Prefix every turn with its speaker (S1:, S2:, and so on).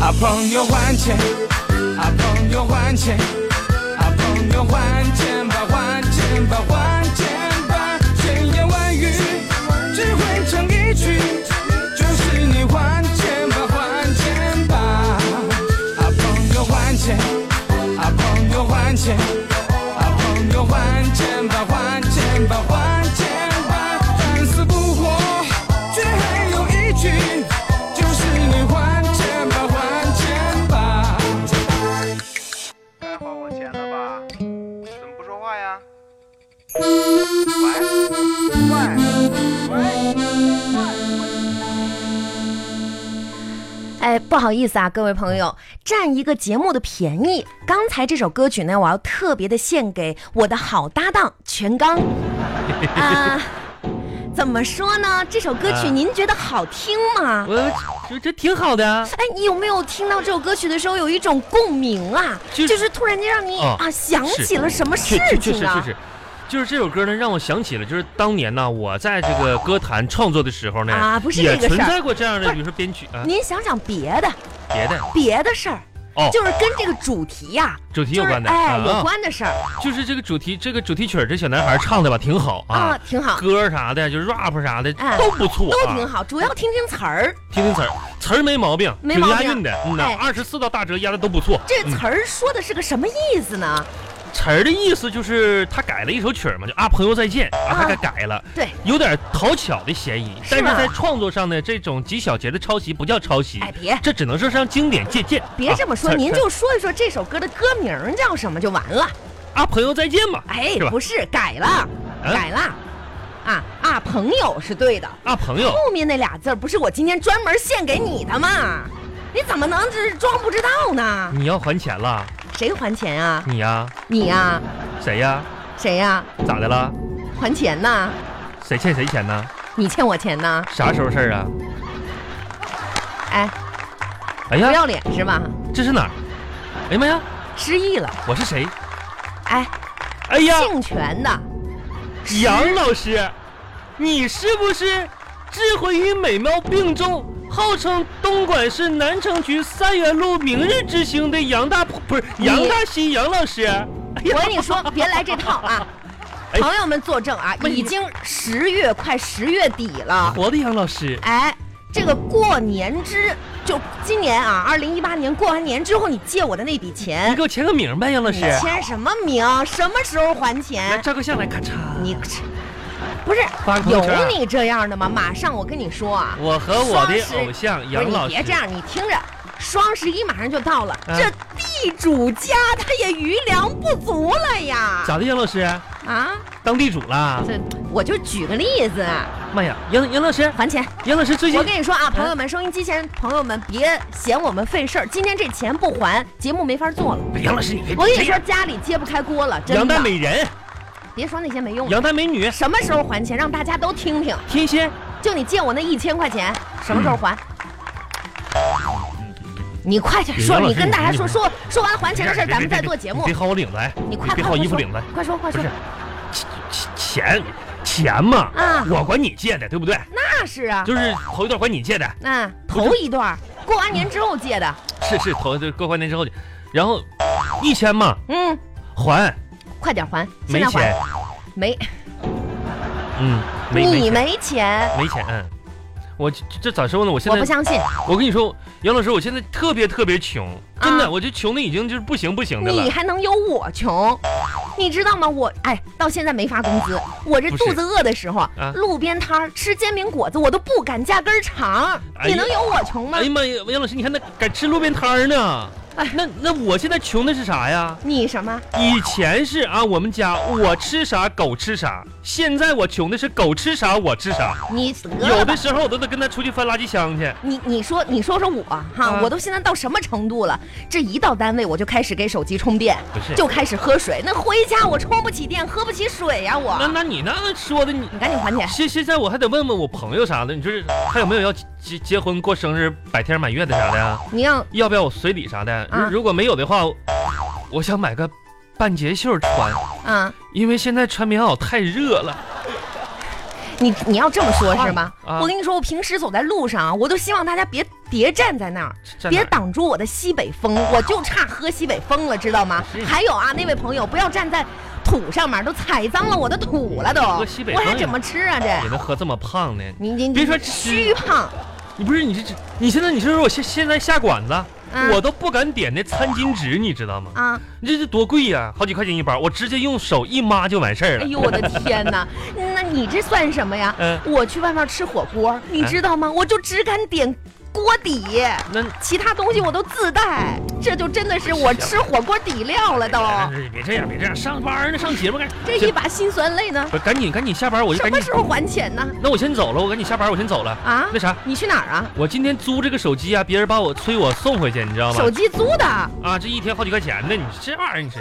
S1: 啊朋友还钱，啊朋友还钱，啊朋友还钱吧还钱吧还钱吧，千言万语只汇成一句，就是你还钱吧还钱吧，啊朋友还钱，啊朋友还钱，啊朋友还钱吧还钱吧还钱吧，半死不活却还有一句，就是你还钱吧还钱吧。
S2: 该还我钱了吧？怎么不说话呀？喂，喂，喂。
S3: 哎，不好意思啊，各位朋友，占一个节目的便宜。刚才这首歌曲呢，我要特别的献给我的好搭档全 刚。啊、怎么说呢？这首歌曲
S4: 啊
S3: 您觉得好听吗？
S4: 我这这挺好的啊，
S3: 哎，你有没有听到这首歌曲的时候有一种共鸣啊？
S4: 就
S3: 就是突然间让你、
S4: 哦
S3: 啊想
S4: 是
S3: 起了什么事
S4: 确确确实
S3: 情
S4: 确
S3: 啊？
S4: 实，就是这首歌呢，让我想起了，就是当年呢，我在这个歌坛创作的时候呢，
S3: 啊不是
S4: 也
S3: 这个事儿
S4: 存在过这样
S3: 不
S4: 的，
S3: 是
S4: 比如说编曲啊，
S3: 您想想别的
S4: 别的
S3: 别的事儿，
S4: 哦，
S3: 就是跟这个主题呀、
S4: 主题
S3: 就
S4: 有
S3: 是
S4: 关的，
S3: 哎
S4: 啊
S3: 有关的事儿
S4: 就是这个主题，这个主题曲儿，这小男孩唱的吧，挺好
S3: 啊
S4: 啊，，
S3: 挺好，
S4: 歌啥的，就是 rap 啥的
S3: 哎
S4: 都不错，
S3: 都
S4: 啊。
S3: 挺好，主要听听词儿。
S4: 听听词儿，词儿没毛病，
S3: 没
S4: 挺
S3: 毛病
S4: 押韵的，嗯呐
S3: 哎，
S4: 二十四道大折押的都不错。
S3: 这
S4: 嗯
S3: 词儿说的是个什么意思呢？
S4: 词儿的意思就是他改了一首曲儿嘛，就啊朋友再见啊，他
S3: 啊
S4: 给改了，
S3: 对，
S4: 有点讨巧的嫌疑。
S3: 是
S4: 但是
S3: 吧
S4: 在创作上呢，这种几小节的抄袭不叫抄袭
S3: 哎，，别
S4: 这只能说是让经典借鉴。
S3: 别
S4: 啊
S3: 这么说，
S4: 词儿
S3: 您
S4: 词儿
S3: 就说一说这首歌的歌名儿叫什么就完了。
S4: 啊朋友再见嘛，
S3: 哎
S4: 是，吧
S3: 不是，改了，
S4: 嗯
S3: 改了，啊啊，朋友是对的，
S4: 啊朋友，
S3: 后面那俩字儿不是我今天专门献给你的吗？你怎么能这是装不知道呢？
S4: 你要还钱了，
S3: 谁还钱啊？
S4: 你呀，
S3: 你呀、
S4: 谁呀，
S3: 谁呀、
S4: 咋的了？
S3: 还钱呐？
S4: 谁欠谁钱呢？
S3: 你欠我钱呐？
S4: 啥时候事儿啊？
S3: 哎，不
S4: 哎呀，
S3: 要脸是吧？
S4: 这是哪儿？哎呀妈呀，
S3: 失忆了，
S4: 我是谁？
S3: 哎，
S4: 哎呀，
S3: 姓权的，
S4: 杨老师，你是不是智慧与美貌并重，号称东莞市南城区三元路明日之星的杨大不不是
S3: 你
S4: 杨大西杨老师？哎
S3: 我
S4: 呀，
S3: 跟你说，别来这套啊！
S4: 哎
S3: 朋友们作证啊，
S4: 喂
S3: 已经十月快十月底了，
S4: 活的杨老师，
S3: 哎，这个过年之就今年啊，二零一八年过完年之后，你借我的那笔
S4: 你
S3: 钱，
S4: 给我签个啊名呗，杨老
S3: 你
S4: 师。
S3: 签什么名？什么时候还
S4: 来
S3: 钱？
S4: 照个相来，咔嚓。
S3: 你不是
S4: 发个朋友圈啊
S3: 有你这样的吗？马上我跟你说啊，
S4: 我和我的
S3: 双十
S4: 偶像
S3: 不是
S4: 杨
S3: 你
S4: 老师，
S3: 别这样，你听着，双十一马上就到了，
S4: 啊
S3: 这地主家他也余粮不足了呀！
S4: 咋的？杨老师
S3: 啊，
S4: 当地主了？
S3: 这我就举个例子啊。
S4: 妈呀，杨杨老师，
S3: 还钱！
S4: 杨老师最近
S3: 我跟你说啊，朋友们，收音机前朋友们别嫌我们费事儿，今天这钱不还，节目没法做了。
S4: 哎杨老师，你别
S3: 我跟你
S4: 这
S3: 说，
S4: 样，
S3: 家里揭不开锅了，真
S4: 杨大
S3: 的。
S4: 美人，
S3: 别说那些没用的，
S4: 杨大美女，
S3: 什么时候还钱，让大家都听听。
S4: 天蝎。
S3: 就你借我那一千块钱，什么时候还？你快点说，
S4: 杨老
S3: 你
S4: 师
S3: 跟大家
S4: 你
S3: 说
S4: 你
S3: 说说完还钱的事儿，
S4: 别
S3: 咱
S4: 别
S3: 们
S4: 别
S3: 再做节目
S4: 你别。薅我领子，哎
S3: 你
S4: 你
S3: 快
S4: 别
S3: 快
S4: 薅
S3: 快
S4: 衣服
S3: 说
S4: 领子，，
S3: 快说快
S4: 不
S3: 说
S4: 是，钱钱钱嘛，
S3: 啊！
S4: 我管你借的，对不对？
S3: 那是啊，
S4: 就是头一段管你借的，
S3: 那
S4: 不是
S3: 头一段儿过完年之后借的，
S4: 是是头就是过完年之后的，然后一千嘛
S3: 嗯，
S4: 还，
S3: 快点还，现
S4: 没
S3: 在还
S4: 钱，
S3: 没
S4: 嗯，没没
S3: 你
S4: 钱，
S3: 没钱，
S4: 没钱，嗯，我这这咋说呢？我现
S3: 我不
S4: 在
S3: 相信，
S4: 我跟你说，杨老师，我现在特别特别穷，真
S3: 啊
S4: 的，我就穷的已经就是不行不行的
S3: 你
S4: 了。
S3: 还能有我穷？你知道吗？我哎，到现在没发工资，我这
S4: 不是
S3: 肚子饿的时候，
S4: 啊
S3: 路边摊儿吃煎饼果子，我都不敢加根儿肠。
S4: 哎呀
S3: 你能有我穷吗？
S4: 哎呀妈呀，杨老师，你看那敢吃路边摊儿呢？
S3: 哎
S4: 那那我现在穷的是啥呀？
S3: 你什么？
S4: 以前是啊，我们家我吃啥狗吃啥，现在我穷的是狗吃啥我吃啥，
S3: 你得
S4: 有
S3: 了吧
S4: 的。时候我都得跟他出去翻垃圾箱去。
S3: 你你说你说说我哈，
S4: 啊
S3: 我都现在到什么程度了？这一到单位我就开始给手机充电，
S4: 不是
S3: 就开始喝水。那回家我充不起电，喝不起水呀、
S4: 那
S3: 我。
S4: 那你那说的你，
S3: 你赶紧还钱。
S4: 现现在我还得问问我朋友啥的，你就是还有没有要结结婚过生日、百天满月的啥的呀？
S3: 你要
S4: 要不要我随礼啥的？
S3: 啊
S4: 如如果没有的话，我想买个半截袖穿，
S3: 啊，
S4: 因为现在穿棉袄太热了。
S3: 你你要这么说，是吧？
S4: 啊
S3: 我跟你说，我平时走在路上啊，我都希望大家别别站在那儿，
S4: 站哪
S3: 别
S4: 儿
S3: 挡住我的西北风，我就差喝西北风了，知道吗？还有啊，那位朋友，不要站在土上面，都踩脏了我的土了都，
S4: 喝西北
S3: 我
S4: 风
S3: 还怎么吃啊？这
S4: 也能喝这么胖呢？
S3: 你你
S4: 别说吃
S3: 虚胖，
S4: 你不是你这这，你现在你是说我现现在下馆子，
S3: 嗯
S4: 我都不敢点那餐巾纸，你知道吗？
S3: 啊！
S4: 你这这多贵呀、好几块钱一包，我直接用手一抹就完事儿了。
S3: 哎呦，我的天哪！那你这算什么呀？
S4: 嗯
S3: 我去外面吃火锅，你知道吗？我就只敢点锅底。
S4: 那
S3: 其他东西我都自带，这就真的是我吃火锅底料了都。
S4: 哎别这样，别这样，上班呢，上节目干
S3: 这一把辛酸泪呢，
S4: 不是赶紧赶紧下班，我就
S3: 什
S4: 赶
S3: 么
S4: 紧。
S3: 时候还钱呢？
S4: 那我先走了，我赶紧下班，我先走了
S3: 啊
S4: 那啥，
S3: 你去哪儿啊？
S4: 我今天租这个手机啊，别人把我催我送回去，你知道吗
S3: 手？机租的，
S4: 啊，这一天好几块钱呢，你这玩意儿，你这